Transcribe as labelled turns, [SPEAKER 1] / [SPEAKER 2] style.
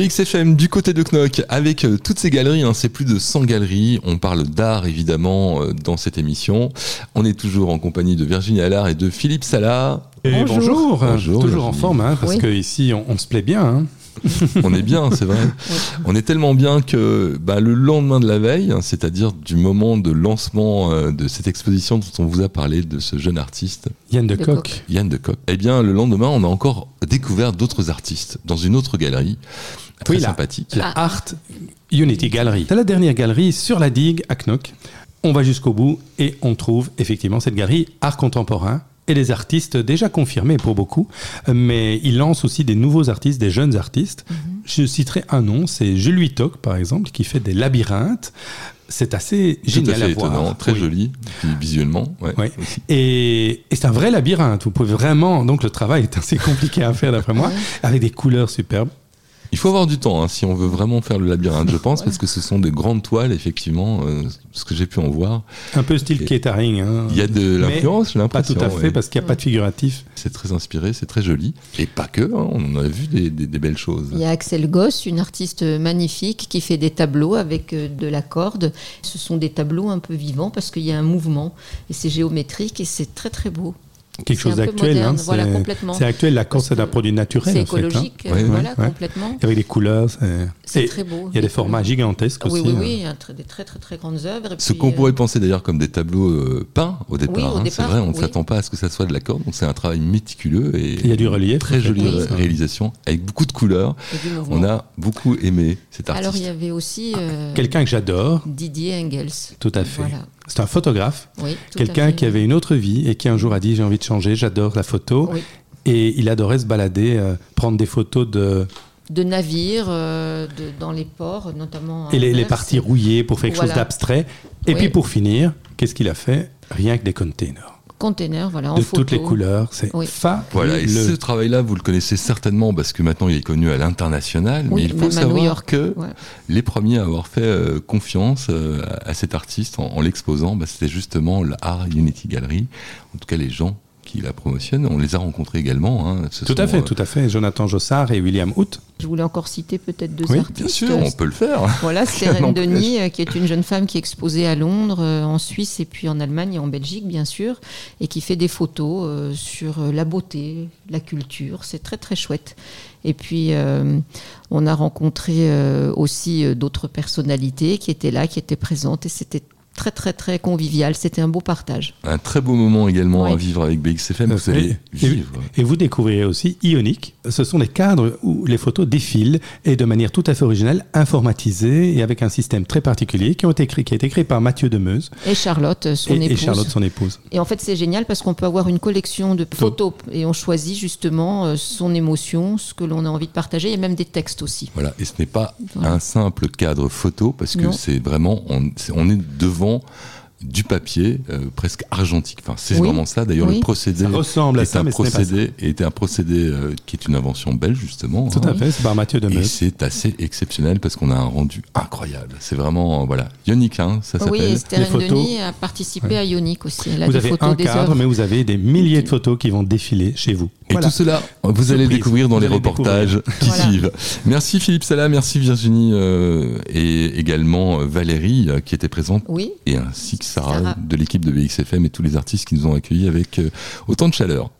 [SPEAKER 1] BXFM du côté de Knock avec euh, toutes ces galeries, hein, c'est plus de 100 galeries, on parle d'art évidemment euh, dans cette émission. On est toujours en compagnie de Virginie Allard et de Philippe Salah.
[SPEAKER 2] Et
[SPEAKER 1] Bonjour.
[SPEAKER 2] bonjour,
[SPEAKER 1] Bonjour,
[SPEAKER 2] toujours en
[SPEAKER 1] Virginie.
[SPEAKER 2] forme, hein, parce
[SPEAKER 3] Oui.
[SPEAKER 2] que ici on, on se plaît bien. hein.
[SPEAKER 1] On est bien, c'est vrai. On est tellement bien que bah, le lendemain de la veille, hein, c'est-à-dire du moment de lancement euh, de cette exposition dont on vous a parlé de ce jeune artiste,
[SPEAKER 2] Yann de,
[SPEAKER 3] De
[SPEAKER 2] Coq.
[SPEAKER 3] Coq.
[SPEAKER 1] Yann de Coq, eh bien le lendemain on a encore découvert d'autres artistes dans une autre galerie. Très
[SPEAKER 2] Oui, là.
[SPEAKER 1] sympathique.
[SPEAKER 3] Ah.
[SPEAKER 2] la Art Unity Gallery. C'est la dernière galerie sur la digue à Knock. On va jusqu'au bout et on trouve effectivement cette galerie art contemporain et des artistes déjà confirmés pour beaucoup, mais ils lancent aussi des nouveaux artistes, des jeunes artistes.
[SPEAKER 3] Mhm.
[SPEAKER 2] Je citerai un nom, c'est Jules Huitoc par exemple, qui fait des labyrinthes. C'est assez
[SPEAKER 1] Tout à
[SPEAKER 2] génial
[SPEAKER 1] fait
[SPEAKER 2] à voir.
[SPEAKER 1] étonnant, très
[SPEAKER 2] Oui.
[SPEAKER 1] joli, puis visuellement. ouais.
[SPEAKER 2] Ouais. Et, et c'est un vrai labyrinthe. Vous pouvez vraiment. Donc le travail est assez compliqué à faire, d'après moi, avec des couleurs superbes.
[SPEAKER 1] Il faut avoir du temps hein, si on veut vraiment faire le labyrinthe, je pense, parce que ce sont des grandes toiles, effectivement, euh, ce que j'ai pu en voir.
[SPEAKER 2] Un peu style catering. Hein.
[SPEAKER 1] Il y a de
[SPEAKER 2] Mais
[SPEAKER 1] l'influence, j'ai
[SPEAKER 2] Pas
[SPEAKER 1] l'impression.
[SPEAKER 2] tout à fait,
[SPEAKER 1] ouais.
[SPEAKER 2] parce qu'il n'y a pas de figuratif.
[SPEAKER 1] C'est très inspiré, c'est très joli. Et pas que, hein, on en a vu des, des- des belles choses.
[SPEAKER 3] Il y a Axel Goss, une artiste magnifique qui fait des tableaux avec euh, de la corde. Ce sont des tableaux un peu vivants parce qu'il y a un mouvement et c'est géométrique et c'est très très beau.
[SPEAKER 2] Quelque
[SPEAKER 3] C'est
[SPEAKER 2] chose
[SPEAKER 3] un peu
[SPEAKER 2] d'actuel.
[SPEAKER 3] moderne,
[SPEAKER 2] hein,
[SPEAKER 3] voilà,
[SPEAKER 2] c'est-
[SPEAKER 3] complètement.
[SPEAKER 2] C'est actuel, la Corse,
[SPEAKER 3] Parce
[SPEAKER 2] c'est un
[SPEAKER 3] que
[SPEAKER 2] produit naturel.
[SPEAKER 3] C'est
[SPEAKER 2] en fait, hein.
[SPEAKER 3] écologique, euh,
[SPEAKER 1] Ouais, ouais,
[SPEAKER 3] voilà,
[SPEAKER 2] ouais.
[SPEAKER 3] complètement.
[SPEAKER 2] Et Avec des couleurs. c'est-
[SPEAKER 3] C'est
[SPEAKER 2] et
[SPEAKER 3] très beau.
[SPEAKER 2] Il y a des formats gigantesques
[SPEAKER 3] Ah oui,
[SPEAKER 2] aussi.
[SPEAKER 3] oui,
[SPEAKER 2] hein.
[SPEAKER 3] oui, un tr- des très très très grandes œuvres. et
[SPEAKER 1] Ce
[SPEAKER 3] puis,
[SPEAKER 1] qu'on
[SPEAKER 3] euh,
[SPEAKER 1] pourrait penser d'ailleurs comme des tableaux euh, peints au départ,
[SPEAKER 3] au
[SPEAKER 1] hein,
[SPEAKER 3] départ,
[SPEAKER 1] c'est vrai, on ne
[SPEAKER 3] oui.
[SPEAKER 1] s'attend pas à ce que ça soit de la corde, donc c'est un travail méticuleux et
[SPEAKER 2] Il y a du relief.
[SPEAKER 1] très
[SPEAKER 2] en fait,
[SPEAKER 1] jolie
[SPEAKER 2] hein,
[SPEAKER 1] ré-
[SPEAKER 2] ça.
[SPEAKER 1] réalisation avec beaucoup de couleurs.
[SPEAKER 3] et du mouvement.
[SPEAKER 1] On a beaucoup aimé cet artiste.
[SPEAKER 3] Alors il y avait aussi euh,
[SPEAKER 2] Ah, Quelqu'un que j'adore,
[SPEAKER 3] Didier Engels.
[SPEAKER 2] tout à fait.
[SPEAKER 3] Voilà.
[SPEAKER 2] C'est un photographe.
[SPEAKER 3] Oui, tout à
[SPEAKER 2] Quelqu'un
[SPEAKER 3] fait.
[SPEAKER 2] qui avait une autre vie et qui un jour a dit j'ai envie de changer, j'adore la photo.
[SPEAKER 3] Oui.
[SPEAKER 2] Et il adorait se balader, euh, prendre des photos de
[SPEAKER 3] de navires euh, de- dans les ports, notamment. à
[SPEAKER 2] et les, les
[SPEAKER 3] Anvers.
[SPEAKER 2] parties rouillées pour faire quelque
[SPEAKER 3] Voilà.
[SPEAKER 2] chose d'abstrait. Et
[SPEAKER 3] Oui.
[SPEAKER 2] puis pour finir, qu'est-ce qu'il a fait Rien que des containers
[SPEAKER 3] Containers, voilà, en
[SPEAKER 2] de
[SPEAKER 3] photo.
[SPEAKER 2] toutes les couleurs. C'est
[SPEAKER 3] Oui.
[SPEAKER 2] fabuleux.
[SPEAKER 1] Voilà, et ce travail-là, vous le connaissez certainement parce que maintenant il est connu à l'international, mais
[SPEAKER 3] Oui,
[SPEAKER 1] il faut
[SPEAKER 3] même à New
[SPEAKER 1] savoir
[SPEAKER 3] York,
[SPEAKER 1] que
[SPEAKER 3] ouais.
[SPEAKER 1] les premiers à avoir fait euh, confiance euh, à à cet artiste en, en l'exposant, bah, c'était justement l'Art Unity Gallery, en tout cas les gens qui la promotionnent, on les a rencontrés également. hein. Ce
[SPEAKER 2] Tout
[SPEAKER 1] sont,
[SPEAKER 2] à fait,
[SPEAKER 1] euh,
[SPEAKER 2] tout à fait. Jonathan Jossard et William Hout.
[SPEAKER 3] Je voulais encore citer peut-être deux
[SPEAKER 2] Oui, bien
[SPEAKER 3] artistes.
[SPEAKER 1] Bien sûr, on peut le faire.
[SPEAKER 3] Voilà,
[SPEAKER 1] Non, plus.
[SPEAKER 3] Sérène Denis, euh, qui est une jeune femme qui est exposée à Londres, euh, en Suisse, et puis en Allemagne et en Belgique, bien sûr, et qui fait des photos euh, sur euh, la beauté, la culture. C'est très, très chouette. Et puis, euh, on a rencontré euh, aussi euh, d'autres personnalités qui étaient là, qui étaient présentes, et c'était très, très, très convivial. C'était un beau partage.
[SPEAKER 1] Un très beau moment également
[SPEAKER 3] Oui.
[SPEAKER 1] à vivre avec BXFM, vous
[SPEAKER 2] Et-
[SPEAKER 1] allez
[SPEAKER 2] et,
[SPEAKER 1] vivre.
[SPEAKER 2] et vous découvrirez aussi Ionic. Ce sont des cadres où les photos défilent et de manière tout à fait originale, informatisée et avec un système très particulier qui, ont été créé- qui a été créé par Mathieu Demeuse
[SPEAKER 3] Et Charlotte, euh, son
[SPEAKER 2] et, et
[SPEAKER 3] épouse.
[SPEAKER 2] Charlotte, son épouse.
[SPEAKER 3] Et en fait, c'est génial parce qu'on peut avoir une collection de photos et on choisit justement euh, son émotion, ce que l'on a envie de partager et même des textes aussi.
[SPEAKER 1] Voilà, et ce n'est pas
[SPEAKER 3] Voilà.
[SPEAKER 1] un simple cadre photo parce que
[SPEAKER 3] Non.
[SPEAKER 1] c'est vraiment, on c'est- on est, devant du papier euh, presque argentique. Enfin, c'est
[SPEAKER 3] Oui.
[SPEAKER 1] vraiment ça. D'ailleurs, le
[SPEAKER 3] Oui.
[SPEAKER 1] procédé
[SPEAKER 2] Ça ressemble à
[SPEAKER 1] est
[SPEAKER 2] ça,
[SPEAKER 1] un
[SPEAKER 2] mais ce n'est pas
[SPEAKER 1] procédé est un procédé euh, qui est une invention belge justement.
[SPEAKER 2] Tout
[SPEAKER 1] hein.
[SPEAKER 2] à fait, c'est par Mathieu
[SPEAKER 1] Et
[SPEAKER 2] Demeuse.
[SPEAKER 1] c'est assez exceptionnel parce qu'on a un rendu incroyable. C'est vraiment euh, voilà, Ionique, hein, ça
[SPEAKER 3] Oui,
[SPEAKER 1] s'appelle.
[SPEAKER 3] et Stéphane
[SPEAKER 2] photos.
[SPEAKER 3] Denis a participé à Ionic aussi. Elle a
[SPEAKER 2] Vous
[SPEAKER 3] des
[SPEAKER 2] avez
[SPEAKER 3] photos
[SPEAKER 2] un
[SPEAKER 3] des
[SPEAKER 2] cadre,
[SPEAKER 3] œuvres.
[SPEAKER 2] mais vous avez des milliers de photos qui vont défiler chez vous.
[SPEAKER 1] Et
[SPEAKER 2] Voilà.
[SPEAKER 1] tout cela, vous allez le
[SPEAKER 2] Surprise.
[SPEAKER 1] découvrir dans
[SPEAKER 2] Vous
[SPEAKER 1] les
[SPEAKER 2] allez
[SPEAKER 1] reportages qui
[SPEAKER 3] Voilà.
[SPEAKER 1] suivent. Merci Philippe Salah, merci Virginie euh, et également euh, Valérie euh, qui était présente
[SPEAKER 3] Oui,
[SPEAKER 1] et ainsi que Sarah,
[SPEAKER 3] Sarah.
[SPEAKER 1] de l'équipe de BXFM et tous les artistes qui nous ont accueillis avec euh, autant de chaleur.